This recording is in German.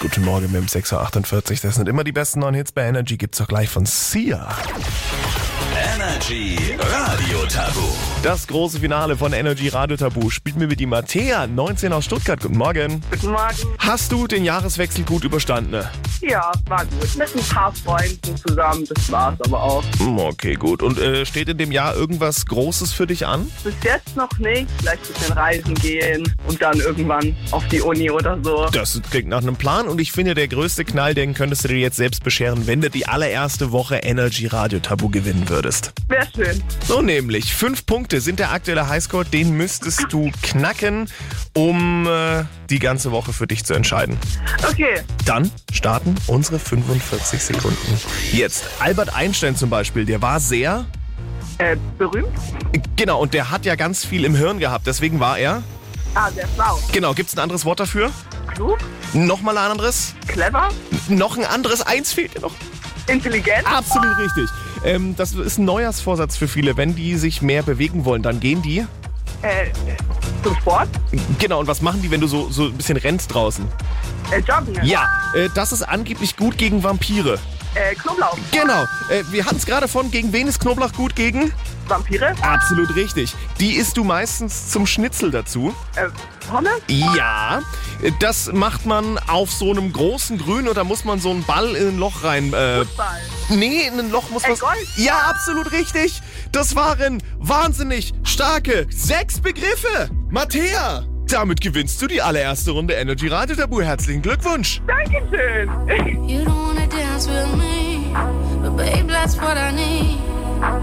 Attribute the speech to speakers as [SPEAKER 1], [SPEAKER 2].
[SPEAKER 1] Guten Morgen mit dem 6.48 Uhr. Das sind immer die besten neuen Hits bei Energy. Gibt's auch gleich von Sia.
[SPEAKER 2] Energy Radio Tabu.
[SPEAKER 1] Das große Finale von Energy Radio Tabu spielt mir mit die Mattea, 19 aus Stuttgart. Guten Morgen.
[SPEAKER 3] Guten Morgen.
[SPEAKER 1] Hast du den Jahreswechsel gut überstanden? ne?
[SPEAKER 3] Ja, war gut. Mit ein paar Freunden zusammen, das war's aber auch.
[SPEAKER 1] Hm, Okay, gut. Und äh, steht in dem Jahr irgendwas Großes für dich an?
[SPEAKER 3] Bis jetzt noch nicht. Vielleicht ein bisschen reisen gehen und dann irgendwann auf die Uni oder so.
[SPEAKER 1] Das klingt nach einem Plan und ich finde, der größte Knall, den könntest du dir jetzt selbst bescheren, wenn du die allererste Woche Energy Radio Tabu gewinnen würdest.
[SPEAKER 3] Wäre schön.
[SPEAKER 1] So nämlich, fünf Punkte sind der aktuelle Highscore, den müsstest du knacken, um äh, die ganze Woche für dich zu entscheiden.
[SPEAKER 3] Okay,
[SPEAKER 1] Dann starten unsere 45 Sekunden. Jetzt, Albert Einstein zum Beispiel, der war sehr...
[SPEAKER 3] äh, berühmt?
[SPEAKER 1] Genau, und der hat ja ganz viel im Hirn gehabt, deswegen war er...
[SPEAKER 3] Ah, sehr schlau.
[SPEAKER 1] Genau, gibt's ein anderes Wort dafür?
[SPEAKER 3] Klug,
[SPEAKER 1] Nochmal ein anderes?
[SPEAKER 3] clever,
[SPEAKER 1] Noch ein anderes? Eins fehlt dir noch.
[SPEAKER 3] intelligent.
[SPEAKER 1] Absolut richtig. Ähm, das ist ein Neujahrsvorsatz für viele. Wenn die sich mehr bewegen wollen, dann gehen die.
[SPEAKER 3] Äh, zum Sport?
[SPEAKER 1] Genau, und was machen die, wenn du so, so ein bisschen rennst draußen?
[SPEAKER 3] Äh, Joggen.
[SPEAKER 1] Ja, äh, das ist angeblich gut gegen Vampire.
[SPEAKER 3] Äh, Knoblauch.
[SPEAKER 1] Genau, äh, wir hatten es gerade von, gegen wen ist Knoblauch gut gegen?
[SPEAKER 3] Vampire?
[SPEAKER 1] Absolut richtig. Die isst du meistens zum Schnitzel dazu.
[SPEAKER 3] Äh, Pommes?
[SPEAKER 1] Ja, äh, das macht man auf so einem großen Grün oder muss man so einen Ball in ein Loch rein... Äh,
[SPEAKER 3] Fußball.
[SPEAKER 1] Nee, in ein Loch muss man.
[SPEAKER 3] Gold.
[SPEAKER 1] Ja, absolut richtig. Das waren wahnsinnig starke sechs Begriffe. Matthäa, damit gewinnst du die allererste Runde Energy Radio Tabu. Herzlichen Glückwunsch.
[SPEAKER 3] Dankeschön.
[SPEAKER 4] You don't wanna dance with me, but babe, that's what I need.